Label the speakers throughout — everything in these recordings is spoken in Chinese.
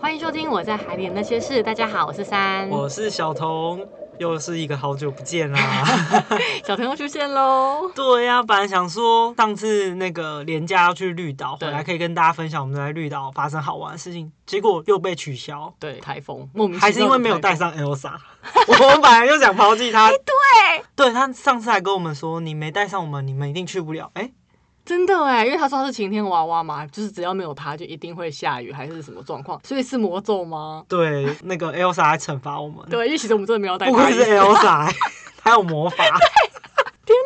Speaker 1: 欢迎收听《我在海里的那些事》。大家好，我是三，
Speaker 2: 我是小童，又是一个好久不 见啦。
Speaker 1: 小朋友出现喽。
Speaker 2: 对呀、本来想说上次那个连假要去绿岛，
Speaker 1: 对
Speaker 2: 回来可以跟大家分享我们在绿岛发生好玩的事情，结果又被取消，
Speaker 1: 对，台风莫名其妙的
Speaker 2: 还是因为没有
Speaker 1: 台
Speaker 2: 带
Speaker 1: 风
Speaker 2: 上 Elsa。我 们本来就想抛 弃
Speaker 1: 哎
Speaker 2: 他，对，对他上次还跟我们说，你没带上我们，你们一定去不了。哎、
Speaker 1: 真的哎，因为他说他是晴天娃娃嘛，就是只要没有他就一定会下雨还是什么状况，所以是魔咒吗？
Speaker 2: 对，那个 Elsa 还惩罚我们，
Speaker 1: 对，因为其实我们真的没有带他。
Speaker 2: 嗯 不愧是
Speaker 1: 天
Speaker 2: Elsa，还有 魔法。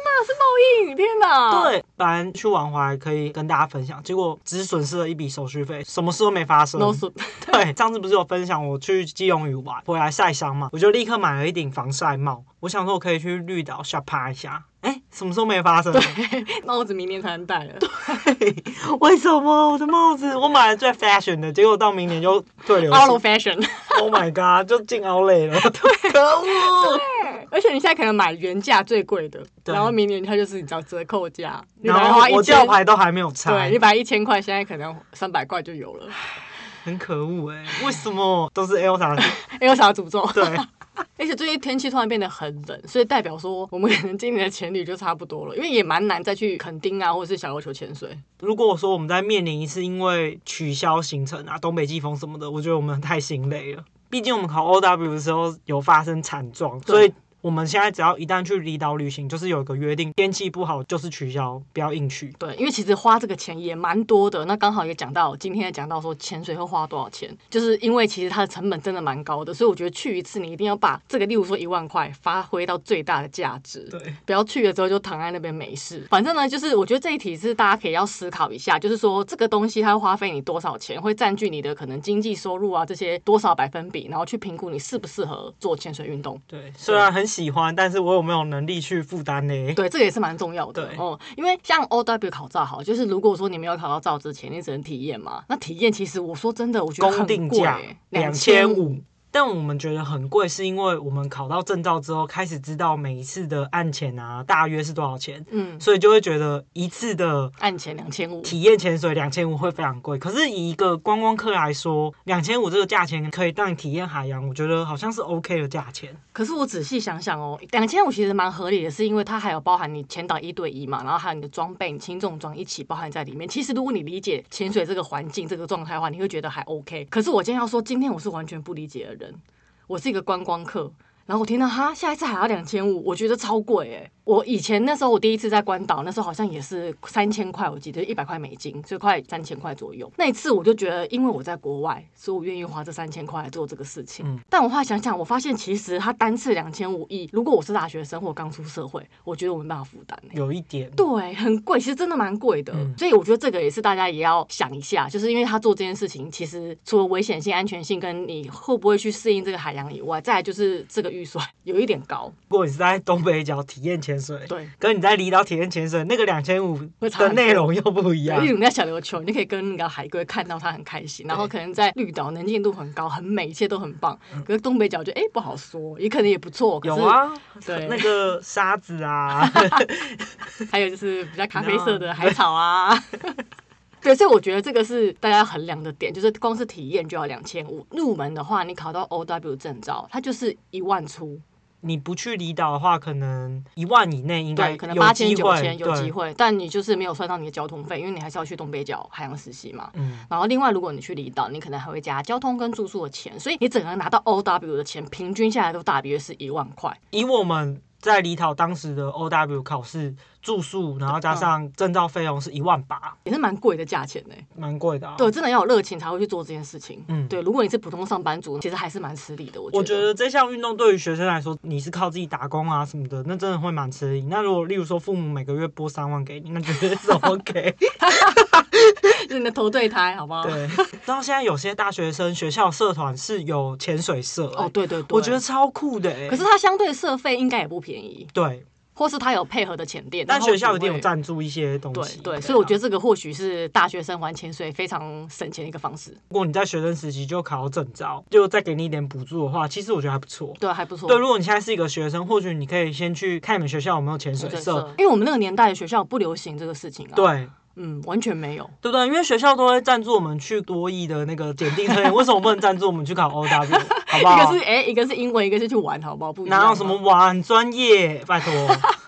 Speaker 1: 哪，是报应！天哪，，
Speaker 2: 对，本来去玩回来可以跟大家分享，结果只损失了一笔手续费，什么事都没发生。
Speaker 1: no 损，
Speaker 2: 对，上次不是有分享我去基隆屿玩回来晒伤嘛，我就立刻买了一顶防晒帽，我想说我可以去绿岛下趴一下。哎，什么时候没发生？
Speaker 1: 帽子明年才能戴了。
Speaker 2: 为什么我的帽子我买了最 fashion 的，结果到明年就最流
Speaker 1: Out
Speaker 2: 行
Speaker 1: of fashion，
Speaker 2: ？Oh my god，就进奥累了，可恶！
Speaker 1: 而且你现在可能买原价最贵的，
Speaker 2: 对
Speaker 1: 然后明年它就是你知道折扣价，你本来
Speaker 2: 然后
Speaker 1: 花一
Speaker 2: 我
Speaker 1: 千
Speaker 2: 吊牌都还没有拆，
Speaker 1: 对，你把一千块，现在可能三百块就有了。
Speaker 2: 很可恶哎、为什么都是 Elsa 的
Speaker 1: 哎，有啥诅咒？
Speaker 2: 对？
Speaker 1: 而且最近天气突然变得很冷，所以代表说我们可能今年的潜旅就差不多了，因为也蛮难再去垦丁啊，或者是小琉球潜水。
Speaker 2: 如果我说我们在面临一次因为取消行程啊、东北季风什么的，我觉得我们太心累了。毕竟我们考 O W 的时候有发生惨状，
Speaker 1: 对
Speaker 2: 所以我们现在只要一旦去离岛旅行，就是有一个约定，天气不好就是取消，不要硬去。
Speaker 1: 对，因为其实花这个钱也蛮多的。那刚好也讲到今天也讲到说潜水会花多少钱，就是因为其实它的成本真的蛮高的，所以我觉得去一次你一定要把这个，例如说一万块，发挥到最大的价值。
Speaker 2: 对，
Speaker 1: 不要去了之后就躺在那边没事。反正呢，就是我觉得这一题是大家可以要思考一下，就是说这个东西它会花费你多少钱，会占据你的可能经济收入啊这些多少百分比，然后去评估你适不适合做潜水运动。
Speaker 2: 对，虽然很喜欢，但是我有没有能力去负担呢？
Speaker 1: 对，这个也是蛮重要的
Speaker 2: 对
Speaker 1: 哦、因为像 O W 考照好，就是如果说你没有考到照之前，你只能体验嘛。那体验其实我说真的，我觉得
Speaker 2: 公
Speaker 1: 很
Speaker 2: 定
Speaker 1: 贵、
Speaker 2: 价
Speaker 1: 欸，
Speaker 2: 两千。五。但我们觉得很贵，是因为我们考到证照之后，开始知道每一次的案钱啊，大约是多少钱，
Speaker 1: 嗯，
Speaker 2: 所以就会觉得一次的
Speaker 1: 按前两千五，
Speaker 2: 体验潜水两千五会非常贵，可是以一个观光客来说，两千五这个价钱可以让你体验海洋，我觉得好像是 OK 的价钱。
Speaker 1: 可是我仔细想想哦，两千五其实蛮合理的，是因为它还有包含你前导一对一嘛，然后还有你的装备、你轻重装一起包含在里面。其实如果你理解潜水这个环境、这个状态的话，你会觉得还 OK。可是我今天要说，今天我是完全不理解的人，我是一个观光客。然后我听到哈，下一次还要两千五，我觉得超贵哎、我以前那时候我第一次在关岛，那时候好像也是三千块，我记得一百块美金，所以快三千块左右。那一次我就觉得，因为我在国外，所以我愿意花这三千块来做这个事情。但我后来想想，我发现其实它单次两千五一，如果我是大学生或刚出社会，我觉得我没办法负担、欸。
Speaker 2: 有一点，
Speaker 1: 对，很贵，其实真的蛮贵的，
Speaker 2: 嗯
Speaker 1: 所以我觉得这个也是大家也要想一下，就是因为他做这件事情，其实除了危险性、安全性跟你会不会去适应这个海洋以外，再来就是这个预算有一点高，
Speaker 2: 如果你是在东北角体验潜水，
Speaker 1: 对，
Speaker 2: 跟你在离岛体验潜水，那个两千五
Speaker 1: 会差很
Speaker 2: 的
Speaker 1: 多
Speaker 2: 内容又不一
Speaker 1: 因
Speaker 2: 样
Speaker 1: 为。你在小琉球，你就可以跟那个海龟看到它很开心，然后可能在绿岛能见度很高，很美，一切都很棒，可是东北角就哎、不好说，也可能也不错，可
Speaker 2: 嗯有
Speaker 1: 是
Speaker 2: 啊，
Speaker 1: 对
Speaker 2: 那个沙子啊，
Speaker 1: 还有就是比较咖啡色的海草啊。 对，所以我觉得这个是大家衡量的点，就是光是体验就要两千五，入门的话，你考到 O W 证照，它就是一万出，
Speaker 2: 你不去离岛的话，可能一万以内应该
Speaker 1: 对，可能
Speaker 2: 有
Speaker 1: 八千
Speaker 2: 机
Speaker 1: 九
Speaker 2: 会，
Speaker 1: 千有机
Speaker 2: 对，
Speaker 1: 会，但你就是没有算到你的交通费，因为你还是要去东北角海洋实习嘛。
Speaker 2: 嗯，
Speaker 1: 然后另外，如果你去离岛，你可能还会加交通跟住宿的钱，所以你整个拿到 O W 的钱，平均下来都大约是一万块。
Speaker 2: 以我们。在离岛当时的 O W 考试住宿，然后加
Speaker 1: 嗯
Speaker 2: 上证照费用是一万八，
Speaker 1: 也是蛮贵的价钱呢、
Speaker 2: 蛮贵的、啊。
Speaker 1: 对，真的要有热情才会去做这件事情。
Speaker 2: 嗯
Speaker 1: 对，如果你是普通上班族，其实还是蛮吃力的。我
Speaker 2: 我觉得这项运动对于学生来说，你是靠自己打工啊什么的，那真的会蛮吃力。那如果例如说父母每个月拨三万给你，那绝对 是 OK。
Speaker 1: 就是你的头 对胎，好不好？
Speaker 2: 对，然后现在有些大学生学校社团是有潜水社、哎
Speaker 1: 哦，对对对，
Speaker 2: 我觉得。超酷的、欸。
Speaker 1: 可是它相对社费应该也不便宜，
Speaker 2: 对，
Speaker 1: 或是它有配合的潜店，
Speaker 2: 但
Speaker 1: 然后
Speaker 2: 学校一定
Speaker 1: 只
Speaker 2: 有
Speaker 1: 会。
Speaker 2: 赞助一些东
Speaker 1: 对
Speaker 2: 西。啊
Speaker 1: 对，所以我觉
Speaker 2: 得
Speaker 1: 得这个或许是大学生玩潜水非常省钱的一个方式，
Speaker 2: 如果你在学生时期就考到证照，就再给你一点补助的话，其实我觉得还不错。
Speaker 1: 对，啊还不错。
Speaker 2: 对，如果你现在是一个学生，或许你可以先去看你们学校有没有潜水
Speaker 1: 潜水
Speaker 2: 社。
Speaker 1: 社，因为我们那个年代的学校不流行这个事情啊。
Speaker 2: 对，
Speaker 1: 嗯，完全没有。
Speaker 2: 对不对？因为学校都会赞助我们去多益的那个检定测验，为什么不能赞助我们去考 OW？好不
Speaker 1: 一
Speaker 2: 好
Speaker 1: 个？是哎、一个是英文，一个是去玩，好不好？不一样
Speaker 2: 哪啊有什
Speaker 1: 吗
Speaker 2: 么玩专业？拜 托，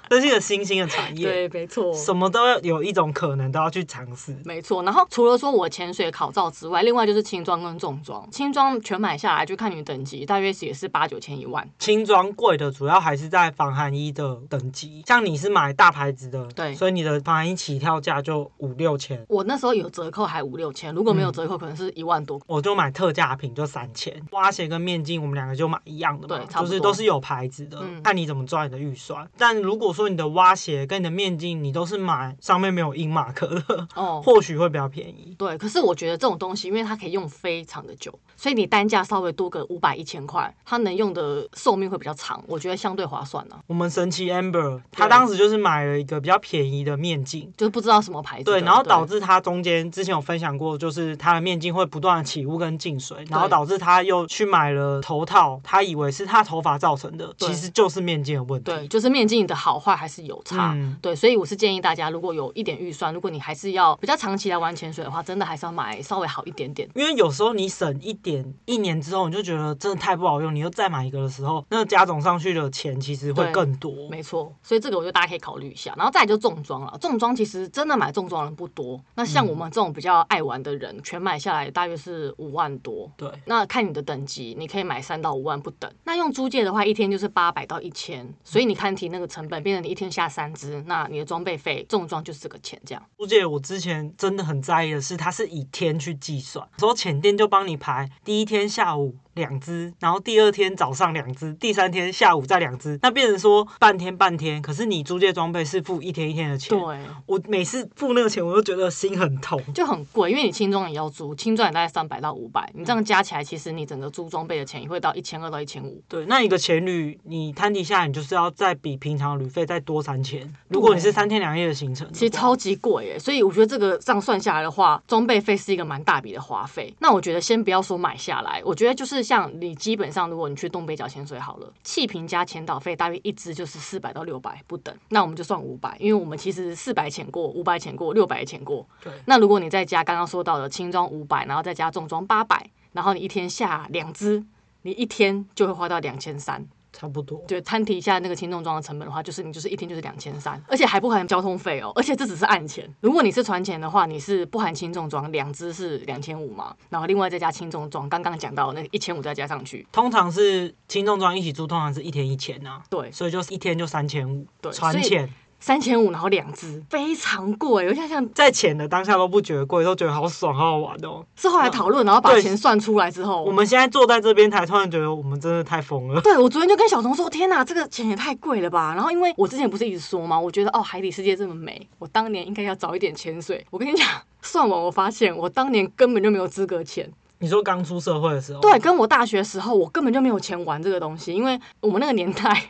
Speaker 2: 这是一个新兴的产
Speaker 1: 对，
Speaker 2: 业，
Speaker 1: 没错。
Speaker 2: 什么都要有一种可能都要去尝试。
Speaker 1: 没错，然后除了说我潜水考照之外，另外就是轻装跟重装。轻装全买下来就看你等级，大约也是八九千一万。
Speaker 2: 轻装贵的主要还是在防寒衣的等级，像你是买大牌子的，
Speaker 1: 对
Speaker 2: 所以你的防寒衣起跳价就五六千，
Speaker 1: 我那时候有折扣还五六千，如果没有
Speaker 2: 嗯
Speaker 1: 折扣可能是一万多。
Speaker 2: 我就买特价品就三千。蛙鞋跟面镜我们两个就买一样的嘛
Speaker 1: 对，差不
Speaker 2: 就
Speaker 1: 多
Speaker 2: 是都是有牌子的，
Speaker 1: 嗯
Speaker 2: 看你怎么抓你的预算。但如果说你的蛙鞋跟你的面镜你都是买上面没有印马克的，
Speaker 1: 哦，
Speaker 2: 或许会比较便宜。
Speaker 1: 对，可是我觉得这种东西，因为它可以用非常的久，所以你单价稍微多个五百一千块，它能用的寿命会比较长，我觉得相对划算啊呢、
Speaker 2: 我们神奇 Amber，他当时就是买了一个比较便宜的面镜，
Speaker 1: 就是不知道什么牌子的。
Speaker 2: 对，然后导致它中间之前有分享过，就是它的面镜会不断的起雾跟进水，然后导致他又去买了头套，他以为是他头发造成的，
Speaker 1: 对
Speaker 2: 其实就是面镜的问题。
Speaker 1: 对，就是面镜的好坏还是有差。
Speaker 2: 嗯
Speaker 1: 对，所以我是建议大家，如果有一点预算，如果你还是要比较长期来玩潜水的话，真的还是要买稍微好一点点。
Speaker 2: 因为有时候你省一点，一年之后你就觉得真的太不好用，你又再买一个的时候，那个加总上去的钱其实会
Speaker 1: 对
Speaker 2: 更多。
Speaker 1: 没错，所以这个我觉得大家可以考虑一下。然后再来就重装了，重装其实真的买重装的人不多。那像我们这种比较爱玩的人，全买下来大约是五万多。
Speaker 2: 对，
Speaker 1: 那看你的等级，你可以买三到五万不等。那用租借的话，一天就是八百到一千，所以你看提那个成本，变成你一天下三只，那你的装备费重装就是这个钱这样。
Speaker 2: 租借我之前真的很在意的是，它是以天去计算，有时候浅店就帮你排第一天下午两只，然后第二天早上两只，第三天下午再两只，那变成说半天半天，可是你租借装备是付一天一天的钱。
Speaker 1: 对，
Speaker 2: 我每次付那个钱，我都觉得心很痛。
Speaker 1: 就很贵，因为你轻装也要租，轻装也大概三百到五百，你这样加起来，其实你整个租装备的钱也会到一千二到一千五。
Speaker 2: 对，那一个前旅，你摊底下来你就是要再比平常旅费再多三千。如果你是三天两夜的行程的话，
Speaker 1: 其实超级贵耶，所以我觉得这个这样算下来的话，装备费是一个蛮大笔的花费。那我觉得先不要说买下来，我觉得就是像你基本上，如果你去东北角潜水好了，气瓶加潜导费大约一支就是四百到六百不等，那我们就算五百，因为我们其实四百潜过，五百潜过，六百潜过，
Speaker 2: 对
Speaker 1: 那如果你再加刚刚说到的轻装五百，然后再加重装八百，然后你一天下两支，你一天就会花到两千三。
Speaker 2: 差不多。
Speaker 1: 就摊提一下那个轻重装的成本的话，就是你就是一天就是两千三，而且还不含交通费哦。而且这只是岸钱，如果你是船钱的话，你是不含轻重装，两只是两千五嘛，然后另外再加轻重装，刚刚讲到的那一千五再加上去，
Speaker 2: 通常是轻重装一起租，通常是一天一千啊，
Speaker 1: 对，
Speaker 2: 所以就是一天就三千五。
Speaker 1: 对
Speaker 2: 船
Speaker 1: 所以
Speaker 2: 钱。
Speaker 1: 三千五然后两只，非常贵。我想想
Speaker 2: 在潜的当下都不觉得贵，都觉得好爽，好好玩哦。
Speaker 1: 是后来讨论，然后把
Speaker 2: 对
Speaker 1: 钱算出来之后，
Speaker 2: 我们现在坐在这边才突然觉得我们真的太疯了。
Speaker 1: 对，我昨天就跟小童说，天哪，这个钱也太贵了吧！然后因为我之前不是一直说吗？我觉得哦，海底世界这么美，我当年应该要早一点潜水。我跟你讲， 算完我发现我当年根本就没有资格潜。
Speaker 2: 你说刚出社会的时候，
Speaker 1: 对，跟我大学时候我根本就没有钱玩这个东西，因为我们那个年代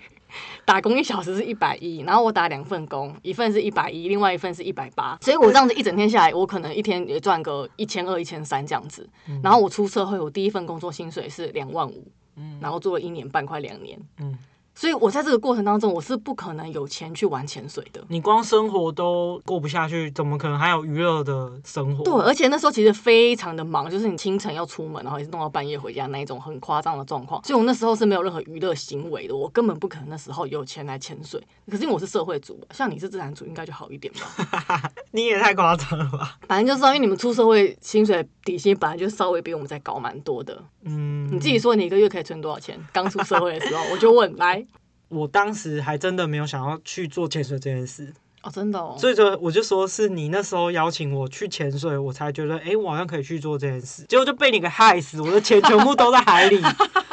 Speaker 1: 打工一小时是一百一，然后我打两份工，一份是一百一，另外一份是一百八，所以我这样子一整天下来，我可能一天也赚个一千二、一千三这样子。然后我出社会，我第一份工作薪水是两万五，然后做了一年半，快两年。
Speaker 2: 嗯，
Speaker 1: 所以我在这个过程当中，我是不可能有钱去玩潜水的。
Speaker 2: 你光生活都过不下去，怎么可能还有娱乐的生活？
Speaker 1: 对，而且那时候其实非常的忙，就是你清晨要出门，然后也是弄到半夜回家那一种很夸张的状况。所以我那时候是没有任何娱乐行为的，我根本不可能那时候有钱来潜水。可是因为我是社会主吧，像你是自然主，应该就好一点吧。
Speaker 2: 你也太夸张了吧？
Speaker 1: 反正就是因为你们出社会，薪水底薪本来就稍微比我们再高蛮多的。
Speaker 2: 嗯，
Speaker 1: 你自己说你一个月可以存多少钱？刚出社会的时候，我就问来
Speaker 2: 我当时还真的没有想要去做潜水这件事，
Speaker 1: 哦，真的哦，
Speaker 2: 所以就我就说是你那时候邀请我去潜水，我才觉得哎、诶我好像可以去做这件事，结果就被你给害死，我的钱全部都在海 里，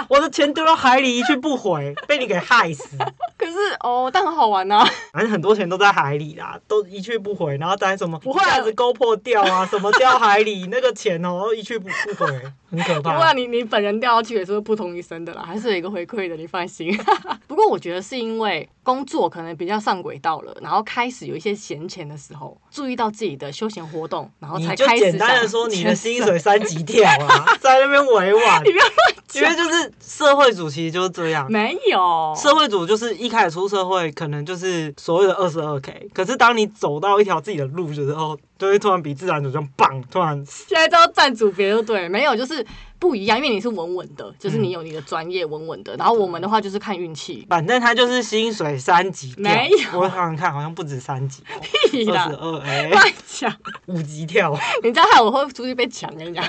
Speaker 2: 我的钱丢到海里一去不回，被你给害死。
Speaker 1: 可是哦，但很好玩呐、
Speaker 2: 反正很多钱都在海里啦，都一去不回，然后再什么
Speaker 1: 不会啊
Speaker 2: 架子勾破掉啊，什么掉海里那个钱哦，一去不不回，很可
Speaker 1: 不啊过
Speaker 2: 怕。
Speaker 1: 你你本人掉下去也是会扑通一声的啦，还是有一个回馈的，你放心。 不过我觉得是因为工作可能比较上轨道了，然后开始有一些闲钱的时候，注意到自己的休闲活动，然后
Speaker 2: 你
Speaker 1: 才
Speaker 2: 就
Speaker 1: 开始啊
Speaker 2: 简单的
Speaker 1: 想
Speaker 2: 说你
Speaker 1: 健
Speaker 2: 的薪
Speaker 1: 身
Speaker 2: 水三级跳啊，在那边委婉
Speaker 1: 你，不要乱
Speaker 2: 因为就是社会主其实就是这样。
Speaker 1: 没 有，
Speaker 2: 社会主就是一开始出社会，可能就是所谓的二十二 k，可是当你走到一条自己的路的时候，就会突然比自然组就棒，突然
Speaker 1: 现在都要占组别就对了，没有就是不一样，因为你是稳稳的，就是你有你的专业稳稳的，然后我们的话就是看运 气。
Speaker 2: 反正他就是薪水三级跳，
Speaker 1: 没有
Speaker 2: 我想想看，好像不止三级，哦
Speaker 1: 屁
Speaker 2: 二十
Speaker 1: 啦，
Speaker 2: 二 哎，
Speaker 1: 乱讲！
Speaker 2: 五级跳，
Speaker 1: 你这样害我会出去被抢，跟你讲，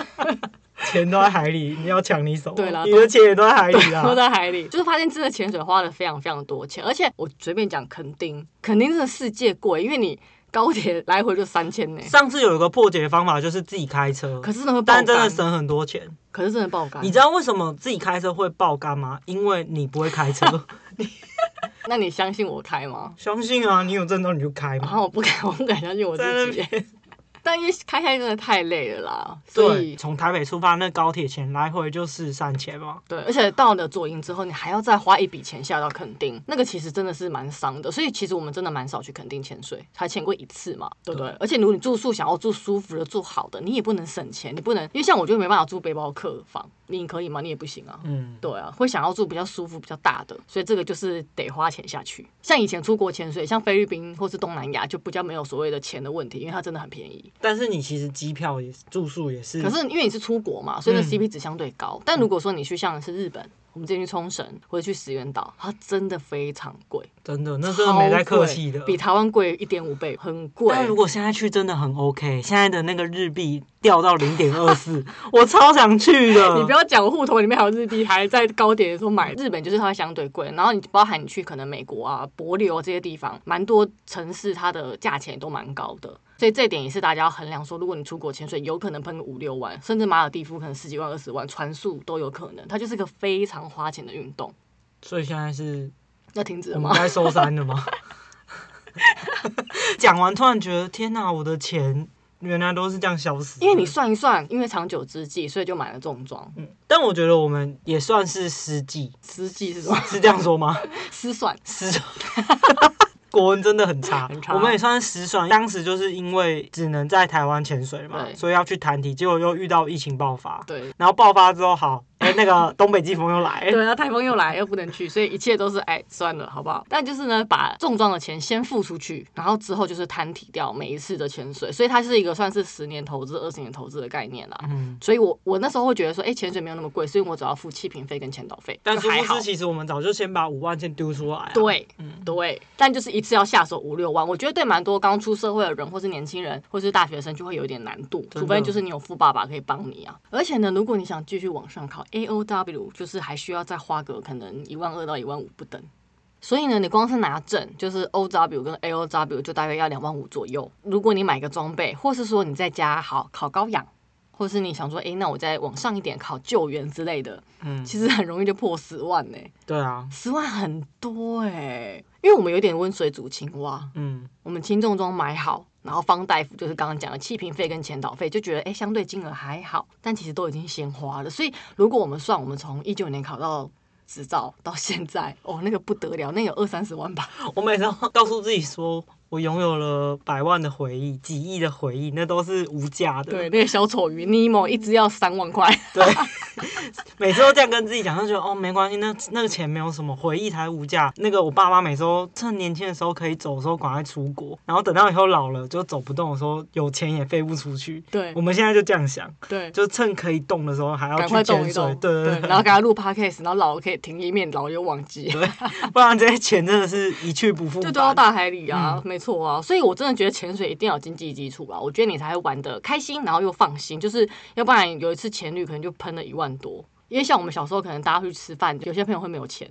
Speaker 2: 钱都在海里，你要抢你手，哦
Speaker 1: 对啦
Speaker 2: 你的钱也都在海里
Speaker 1: 都
Speaker 2: 啦。
Speaker 1: 在海里。就是发现真的潜水花了非常非常多钱，而且我随便讲，垦丁，垦丁真的世界贵，因为你高铁来回就三千呢，
Speaker 2: 上次有一个破解的方法，就是自己开车，
Speaker 1: 可是真的会爆
Speaker 2: 但真的
Speaker 1: 肝，
Speaker 2: 省很多钱。
Speaker 1: 可是真的爆肝
Speaker 2: 你。知道为什么自己开车会爆肝吗？因为你不会 开车。
Speaker 1: 那你相信我开吗？
Speaker 2: 相信啊，你有证照你就开
Speaker 1: 然
Speaker 2: 嘛。
Speaker 1: 后我不敢，我不敢相信我
Speaker 2: 在那
Speaker 1: 自己。 但因为开下来真的太累了啦，所
Speaker 2: 对，
Speaker 1: 以
Speaker 2: 从台北出发，那高铁钱来回就是三千嘛。
Speaker 1: 对，而且到了左营之后，你还要再花一笔钱下到垦丁，那个其实真的是蛮伤的。所以其实我们真的蛮少去垦丁潜水，才潜过一次嘛，对不对？而且如果你住宿想要住舒服的、住好的，你也不能省钱，你不能，因为像我就没办法住背包客房，你可以吗？你也不行啊。
Speaker 2: 嗯，
Speaker 1: 对啊，会想要住比较舒服、比较大的，所以这个就是得花钱下去。像以前出国潜水，像菲律宾或是东南亚，就比较没有所谓的钱的问题，因为它真的很便宜。
Speaker 2: 但是你其实机票也是住宿也是，
Speaker 1: 可是因为你是出国嘛，所以那
Speaker 2: 嗯
Speaker 1: CP 值相对高。但如果说你去像是日本，我们之前去冲绳或者去石原岛，它真的非常贵，
Speaker 2: 真的那真的没在客气的
Speaker 1: 超贵。比台湾贵一点五倍，很贵。
Speaker 2: 但如果现在去真的很 OK，现在的那个日币掉到零点 二四，我超想去的。
Speaker 1: 你不要讲我户头里面还有日币，还在高点的时候买日本，就是它相对贵。然后你包含你去可能美国啊、帛流这些地方，蛮多城市它的价钱都蛮高的。所以这一点也是大家要衡量说，如果你出国潜水，有可能喷个五六万，甚至马尔蒂夫可能十几万、二十万，船速都有可能。它就是个非常花钱的运动。
Speaker 2: 所以现在是
Speaker 1: 要停止
Speaker 2: 我
Speaker 1: 了
Speaker 2: 们
Speaker 1: 吗？
Speaker 2: 该收山了 吗？讲完突然觉得天哪，我的钱原来都是这样消失 的。
Speaker 1: 因为你算一算，因为长久之计，所以就买了重装。
Speaker 2: 嗯，但我觉得我们也算是失计，
Speaker 1: 失计是什么？
Speaker 2: 是这样说吗？
Speaker 1: 失算。
Speaker 2: 失 国文真的很差，
Speaker 1: 很差
Speaker 2: 我们也算是失算。当时就是因为只能在台湾潜水嘛，
Speaker 1: 对
Speaker 2: 所以要去谈体，结果又遇到疫情爆发，
Speaker 1: 对
Speaker 2: 然后爆发之后，好，哎、那个东北季风又来，
Speaker 1: 对，然后台风又来，又不能去，所以一切都是哎算了，好不好？但就是呢，把重装的钱先付出去，然后之后就是摊提掉每一次的潜水，所以它是一个算是十年投资、二十年投资的概念啦。
Speaker 2: 嗯。
Speaker 1: 所以我我那时候会觉得说，哎、潜水没有那么贵，所以我只要付气瓶费跟潜导费，
Speaker 2: 但
Speaker 1: 就
Speaker 2: 殊
Speaker 1: 还
Speaker 2: 不
Speaker 1: 好
Speaker 2: 知，。其实我们早就先把五万先丢出来、啊。，
Speaker 1: 对，
Speaker 2: 嗯
Speaker 1: 对，但就是一次要下手五六万，我觉得对蛮多刚出社会的人，或是年轻人，或是大学生就会有一点难度，
Speaker 2: 真的
Speaker 1: 除非就是你有富爸爸可以帮你啊。而且呢，如果你想继续往上考 A O W，就是还需要再花个可能一万二到一万五不等。所以呢，你光是拿证就是 O W 跟 A O W 就大约要两万五左右。如果你买个装备，或是说你在家好考高氧，或是你想说，诶，那我再往上一点考救援之类的，
Speaker 2: 嗯，
Speaker 1: 其实很容易就破十万呢、
Speaker 2: 对啊，
Speaker 1: 十万很多哎、因为我们有点温水煮青蛙，
Speaker 2: 嗯，
Speaker 1: 我们轻重装买好，然后方大夫就是刚刚讲的气瓶费跟前导费，就觉得哎、诶相对金额还好，但其实都已经先花了。所以如果我们算，我们从一九年考到执照到现在，哦，那个不得了，那有二三十万吧。
Speaker 2: 我每次都告诉自己说，我拥有了百万的回忆，几亿的回忆，那都是无价的。
Speaker 1: 对，那个小丑鱼尼莫一只要三万块，
Speaker 2: 对， 每次都这样跟自己讲，就觉得哦没关系，那那个钱没有什么，回忆才无价。那个我爸妈每次都趁年轻的时候可以走的时候赶快出国，然后等到以后老了就走不动的时候，有钱也飞不出去。
Speaker 1: 对
Speaker 2: 我们现在就这样想，
Speaker 1: 对。
Speaker 2: 就趁可以动的时候还要
Speaker 1: 赶
Speaker 2: 去
Speaker 1: 快动
Speaker 2: 潜
Speaker 1: 一
Speaker 2: 水
Speaker 1: 动，，
Speaker 2: 对对
Speaker 1: 然后给他录 podcast，然后老了可以听一面，老了又忘记。
Speaker 2: 对，不然这些钱真的是一去不嗯复
Speaker 1: 就
Speaker 2: 返。
Speaker 1: 丢到大海里啊，没错啊，所以我真的觉得潜水一定要有经济基础啦，我觉得你才会玩的开心，然后又放心，就是要不然有一次潜旅可能就喷了一万多，因为像我们小时候可能大家去吃饭，有些朋友会没有钱，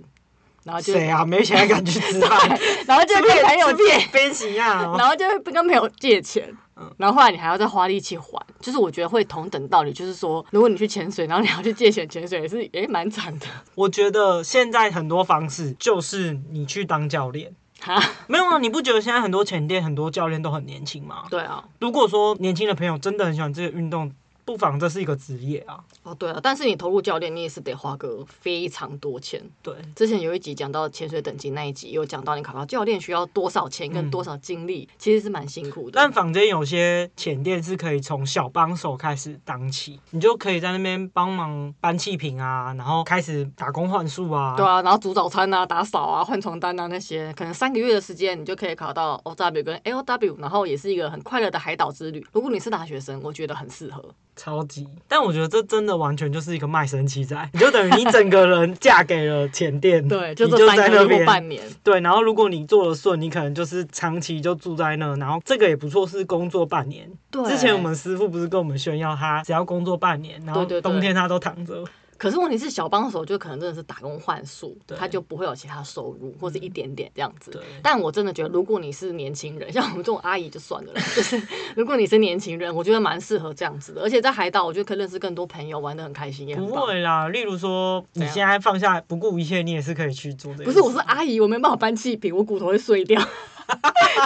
Speaker 1: 然后就
Speaker 2: 谁啊？没钱还敢去吃 饭？
Speaker 1: 然后就会跟朋 友借，
Speaker 2: 飞行啊！
Speaker 1: 然后就会跟朋友借钱。
Speaker 2: 嗯
Speaker 1: 然后后来你还要再花力气还，就是我觉得会同等道理，就是说，如果你去潜水，然后你要去借钱潜水，也是也蛮惨的
Speaker 2: 我觉得现在很多方式就是你去当教练，
Speaker 1: 哈。
Speaker 2: 没有啊？你不觉得现在很多前店、很多教练都很年轻吗？
Speaker 1: 对啊，
Speaker 2: 如果说年轻的朋友真的很喜欢这个运动，不妨这是一个职业啊。
Speaker 1: 哦，对了，但是你投入教练，你也是得花个非常多钱。
Speaker 2: 对，
Speaker 1: 之前有一集讲到潜水等级那一集，有讲到你考到教练需要多少钱跟多少精力，其实是蛮辛苦的。
Speaker 2: 但坊间有些潜店是可以从小帮手开始当起，你就可以在那边帮忙搬气瓶啊，然后开始打工换宿啊。
Speaker 1: 对啊，然后煮早餐啊、打扫啊、换床单啊那些，可能三个月的时间，你就可以考到 OW 跟 LW，然后也是一个很快乐的海岛之旅。如果你是大学生，我觉得很适合。
Speaker 2: 超级，但我觉得这真的完全就是一个卖身契仔，你就等于你整个人嫁给了前店，
Speaker 1: 对，就
Speaker 2: 你
Speaker 1: 这
Speaker 2: 就
Speaker 1: 三
Speaker 2: 在
Speaker 1: 个月
Speaker 2: 那
Speaker 1: 或
Speaker 2: 边。
Speaker 1: 半年，
Speaker 2: 对，然后如果你做的顺，你可能就是长期就住在那，然后这个也不错，是工作半年。
Speaker 1: 对，
Speaker 2: 之前我们师傅不是跟我们炫耀他只要工作半年，然后
Speaker 1: 对对对
Speaker 2: 冬天他都躺着。
Speaker 1: 可是问题是，小帮手就可能真的是打工换宿，
Speaker 2: 对
Speaker 1: 他就不会有其他收入，或者一点点这样子。
Speaker 2: 对
Speaker 1: 但我真的觉得，如果你是年轻人，像我们这种阿姨就算了啦， 就是如果你是年轻人，我觉得蛮适合这样子的。而且在海岛，我觉得可以认识更多朋友，玩的很开心，也很
Speaker 2: 不
Speaker 1: 棒。
Speaker 2: 会啦，例如说你
Speaker 1: 怎样
Speaker 2: 现在放下不顾一切，你也是可以去做这个。
Speaker 1: 不是，啊我是阿姨，我没办法搬气瓶，我骨头会碎 掉，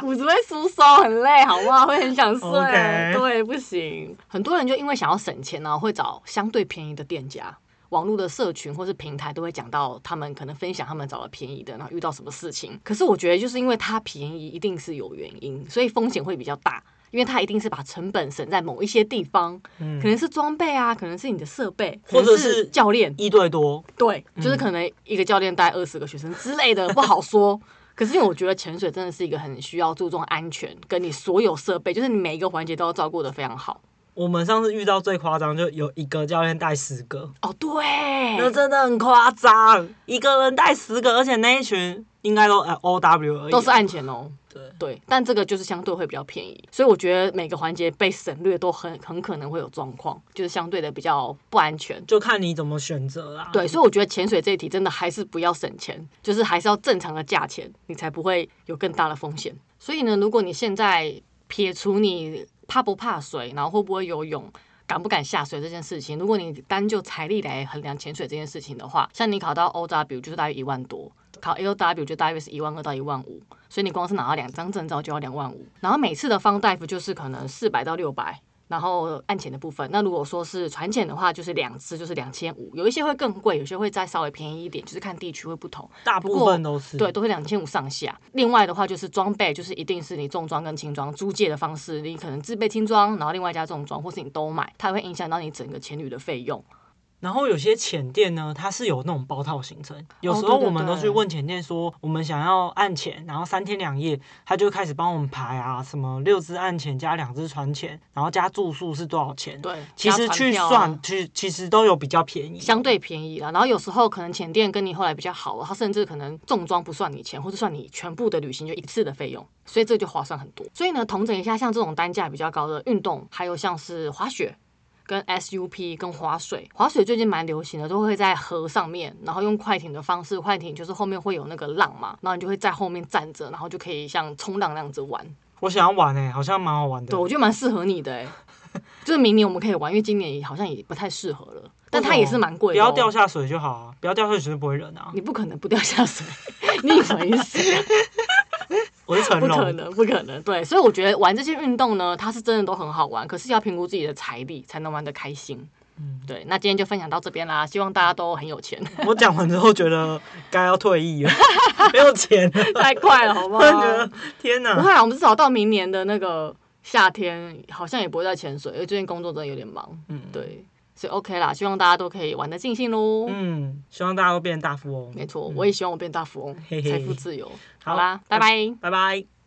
Speaker 1: 骨质会疏松，很累，好不好？会很想睡
Speaker 2: OK
Speaker 1: 对，不行。很多人就因为想要省钱呢、会找相对便宜的店家。网络的社群或是平台都会讲到，他们可能分享他们找了便宜的，然后遇到什么事情。可是我觉得，就是因为它便宜，一定是有原因，所以风险会比较大，因为它一定是把成本省在某一些地方，
Speaker 2: 嗯
Speaker 1: 可能是装备啊，可能是你的设备，
Speaker 2: 或者
Speaker 1: 可能
Speaker 2: 是
Speaker 1: 是教练，
Speaker 2: 一对多，
Speaker 1: 对，就是可能一个教练带二十个学生之类的，不好说。可是因为我觉得潜水真的是一个很需要注重安全，跟你所有设备，就是你每一个环节都要照顾的非常好。
Speaker 2: 我们上次遇到最夸张，就有一个教练带十个，
Speaker 1: 哦，对，
Speaker 2: 那真的很夸张，一个人带十个，而且那一群应该都呃 O W 而已，
Speaker 1: 都是按钱哦。
Speaker 2: 对
Speaker 1: 对，但这个就是相对会比较便宜，所以我觉得每个环节被省略都很很可能会有状况，就是相对的比较不安全。
Speaker 2: 就看你怎么选择啦。
Speaker 1: 对，所以我觉得潜水这一题真的还是不要省钱，就是还是要正常的价钱，你才不会有更大的风险。所以呢，如果你现在撇除你怕不怕水，然后会不会游泳。敢不敢下水这件事情，如果你单就财力来衡量潜水这件事情的话，像你考到 OW 就是大约一万多，考 LW 就大约是一万二到一万五，所以你光是拿到两张证照就要两万五，然后每次的方大夫就是可能四百到六百，然后按潜的部分，那如果说是船潜的话，就是两次就是两千五，有一些会更贵，有些会再稍微便宜一点，就是看地区会不同，
Speaker 2: 大
Speaker 1: 不
Speaker 2: 部
Speaker 1: 过
Speaker 2: 分都是
Speaker 1: 对，，都是两千五上下。另外的话就是装备，就是一定是你重装跟轻装租借的方式，你可能自备轻装，然后另外加重装，或是你都买，它会影响到你整个潜旅的费用。
Speaker 2: 然后有些潜店呢，它是有那种包套行程，有时候
Speaker 1: 哦对对
Speaker 2: 我们都
Speaker 1: 对
Speaker 2: 去问潜店说，我们想要岸潜，然后三天两夜，他就开始帮我们排啊，什么六只岸潜加两只船潜，然后加住宿是多少钱？，
Speaker 1: 对，
Speaker 2: 其
Speaker 1: 加
Speaker 2: 实
Speaker 1: 船
Speaker 2: 去
Speaker 1: 票啊
Speaker 2: 算，其其实都有比较便宜，
Speaker 1: 相对便宜啊啦。然后有时候可能前店跟你后来比较好，啊他甚至可能重装不算你钱，或者算你全部的旅行就一次的费用，所以这就划算很多。所以呢，统整一下，像这种单价比较高的运动，还有像是滑雪。跟 SUP 跟划水，划水最近蛮流行的，都会在河上面，然后用快艇的方式，快艇就是后面会有那个浪嘛，然后你就会在后面站着，然后就可以像冲浪那样子玩。
Speaker 2: 我想要玩哎、好像蛮好玩的
Speaker 1: 对，。我觉得蛮适合你的、欸，就是明年我们可以玩，因为今年好像也不太适合了，但它也是蛮贵
Speaker 2: 不
Speaker 1: 的哦、
Speaker 2: 要掉下水就好啊！不要掉下水就不会冷 啊！
Speaker 1: 你不可能不掉下水，你以 为你是谁啊？
Speaker 2: 我是成
Speaker 1: 不可
Speaker 2: 龙，
Speaker 1: 能，不可能。对，所以我觉得玩这些运动呢，它是真的都很好玩，可是要评估自己的财力，才能玩得开心。嗯，对，那今天就分享到这边啦，希望大家都很有 钱，
Speaker 2: 我讲完之后觉得该要退 役了，没有钱了，
Speaker 1: 太快了，好不
Speaker 2: 突
Speaker 1: 好？
Speaker 2: 然觉得天
Speaker 1: 不
Speaker 2: 哪！
Speaker 1: 会啊，我们至少到明年的那个夏天，好像也不会再潜水，因为最近工作真的有点忙。
Speaker 2: 嗯
Speaker 1: 对，所以 OK 啦，希望大家都可以玩得尽兴喽。
Speaker 2: 嗯，希望大家都变大富翁。
Speaker 1: 没错，我也希望我变大富翁，
Speaker 2: 嘿嘿
Speaker 1: 财富自由。
Speaker 2: 好
Speaker 1: 好啦，拜拜。
Speaker 2: 拜拜。